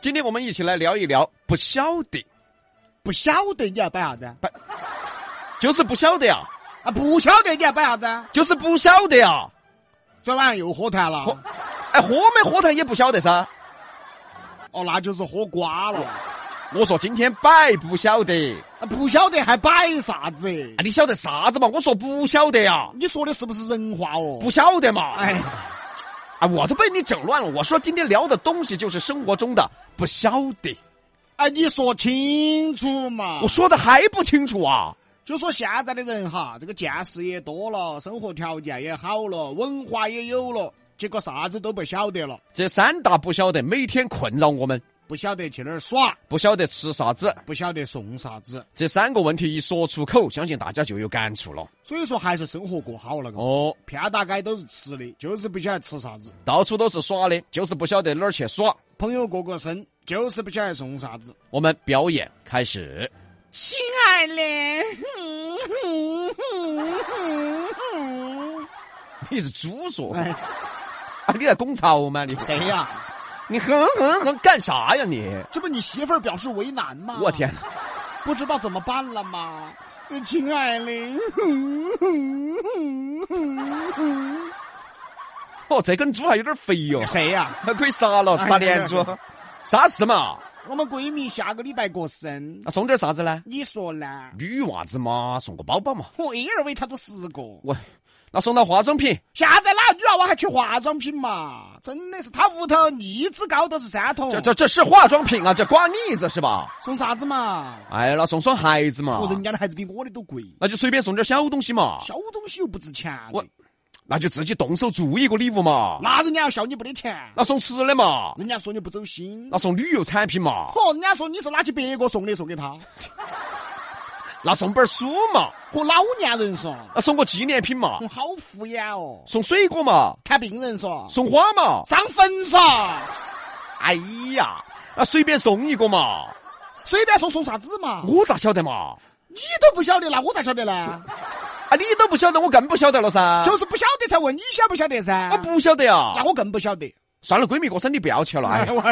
今天我们一起来聊一聊，不晓得，不晓得你要摆啥子？就是不晓得呀、啊，不晓得你要摆啥子？就是不晓得呀、昨晚上又喝痰了喝，哎，喝没喝痰也不晓得噻。哦，那就是喝瓜了。我说今天摆不晓得，啊不晓得还摆啥子？啊，你晓得啥子嘛？我说不晓得呀、你说的是不是人话哦？不晓得嘛。哎哎，，啊，我都被你整乱了。我说今天聊的东西就是生活中的不晓得，哎，你说清楚嘛我。说的还不清楚啊。就说现在的人哈，这个见识也多了，生活条件也好了，文化也有了，结果啥子都不晓得了，这三大不晓得每天困扰我们，不晓得去哪儿耍，不晓得吃啥子。不晓得送啥子。这三个问题一说出口，相信大家就有感触了。所以说，还是生活过好了。哦，哦，偏大概都是吃的，就是不晓得吃啥子。到处都是耍的，就是不晓得哪儿去耍。朋友过个生，就是不晓得送啥子。我们表演开始。亲爱的，哼哼哼哼哼 你是猪说哎啊？你在拱潮吗？你谁？呀、 你哼哼哼干啥呀你？这不你媳妇儿表示为难吗？我，天哪！不知道怎么办了吗？亲爱的，哼哼哼哼哼哦，这根猪还有点肥哟、谁哎呀、 哎还可以杀了，杀连猪，啥事嘛？我们闺蜜下个礼拜过生那，送点啥子呢？你说呢？女娃子嘛，送个包包嘛。我 L V 她都十个，我，那送点化妆品。现在哪个女娃啊娃还缺化妆品嘛？真的是，她屋头荔枝糕都是三桶，这这这是化妆品啊，这瓜腻子是吧？送啥子嘛？哎，那送双鞋子嘛我，人家的孩子比我的都贵，那就随便送点小东西嘛，小东西又不值钱的我啊那就自己动手做一个礼物嘛。那人家要笑你没得钱，那送吃的嘛，人家说你不走心哦那。送旅游产品嘛，嚯，人家说你是拿起别个送的，送给 他。那送本书嘛，和老年人说，那啊送个纪念品嘛，我好敷衍哦。送水果嘛，看病人说，送花嘛。上坟说，哎呀，那随便送一个嘛，随便说送啥子嘛，我咋晓得嘛？你都不晓得，那我咋晓得呢？啊，你都不晓得，我更不晓得了噻。就是不晓得才问你晓不晓得噻。我，啊不晓得呀那。我更不晓得。算了，闺蜜过生你不要去了。哎， 我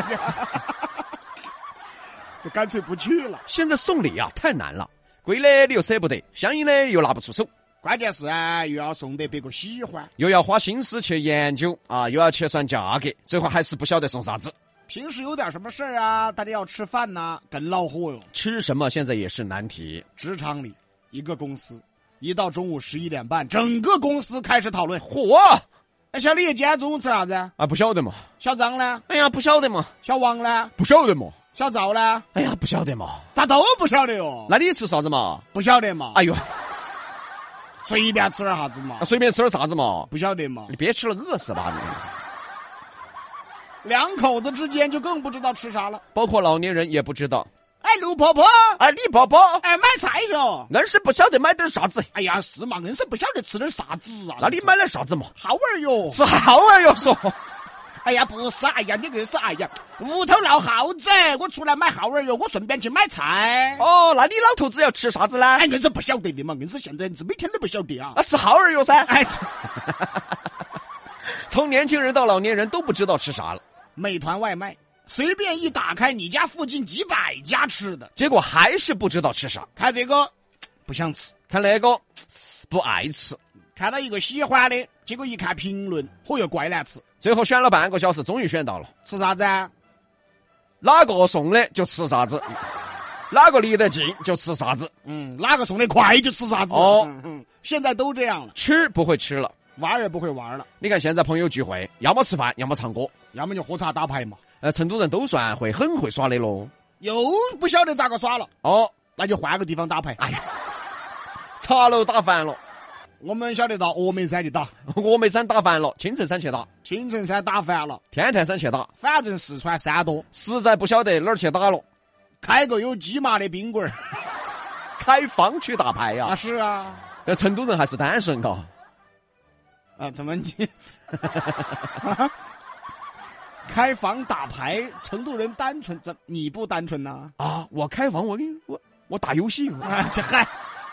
就干脆不去了。现在送礼啊太难了，贵的你又舍不得，相应的又拿不出手，关键是啊，又要送得别个喜欢。又要花心思去研究啊，又要去算价格，最后还是不晓得送啥子。平时有点什么事儿啊，大家要吃饭呐、更恼火哟。吃什么现在也是难题。职场里一个公司，一到中午十一点半，整个公司开始讨论。嚯哎，小李今天中午吃啥子？啊，不晓得嘛？小张呢？哎呀，不晓得嘛？小王呢？不晓得嘛？小赵呢？哎呀，不晓得嘛？咋都不晓得哟？那你吃啥子嘛？不晓得嘛？哎呦，随便吃点啥子嘛啊那？随便吃点啥子嘛？不晓得嘛你？别吃了，饿死吧你！两口子之间就更不知道吃啥了。包括老年人也不知道。哎，刘婆婆，哎，李宝宝，哎，买菜哟。硬是不晓得买点啥子，哎呀，是嘛？硬是不晓得吃点啥子啊？那你买了啥子嘛？好玩哟。是好玩哟，说。哎呀，不是，哎呀，你硬是，哎呀，屋头闹耗子，我出来买耗儿哟，我顺便去买菜。哦，那你老头子要吃啥子呢？哎，硬是不晓得的嘛，硬是现在硬是每天都不晓得啊。那吃耗儿药噻。哎， 从年轻人到老年人都不知道吃啥了，美团外卖随便一打开，你家附近几百家吃的，结果还是不知道吃啥。看这个不想吃，看那个不爱吃，看到一个喜欢的，结果一看评论，嚯哟，怪难吃，最后选了半个小时，终于选到了，吃啥子啊？哪个送的就吃啥子，哪个离得近就吃啥子，嗯，哪个送的快就吃啥子。哦嗯嗯，现在都这样了，吃不会吃了。玩也不会玩了，你看现在朋友聚会，要么吃饭，要么唱歌。要么就喝茶打牌嘛。呃，成都人都算会很会耍的喽。又不晓得咋个耍了，哦，那就换个地方打牌。哎呀，茶楼打烦了，我们晓得到峨眉山去打，峨眉山打烦了，青城山去打，青城山打烦了，天台山去打，反正四川山多，实在不晓得哪儿去打了，开个有鸡麻的宾馆儿。开房去打牌呀、啊，是啊。那成都人还是单身嘎，啊，怎么你？啊开房打牌，成都人单纯，怎你不单纯呐、啊！我开房，我跟你我我打游戏，啊？这嗨，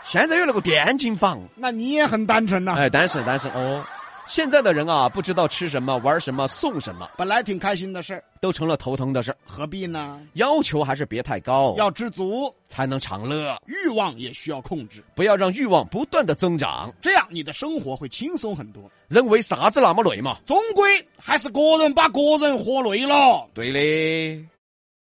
现在有那个电竞房，那你也很单纯呐、哎，单身单身哦，现在的人啊，不知道吃什么、玩什么、送什么，本来挺开心的事儿，都成了头疼的事儿。何必呢？要求还是别太高，要知足，才能长乐。欲望也需要控制，不要让欲望不断的增长。这样你的生活会轻松很多。人为啥子那么累嘛？终归还是个人把个人活累了。对嘞，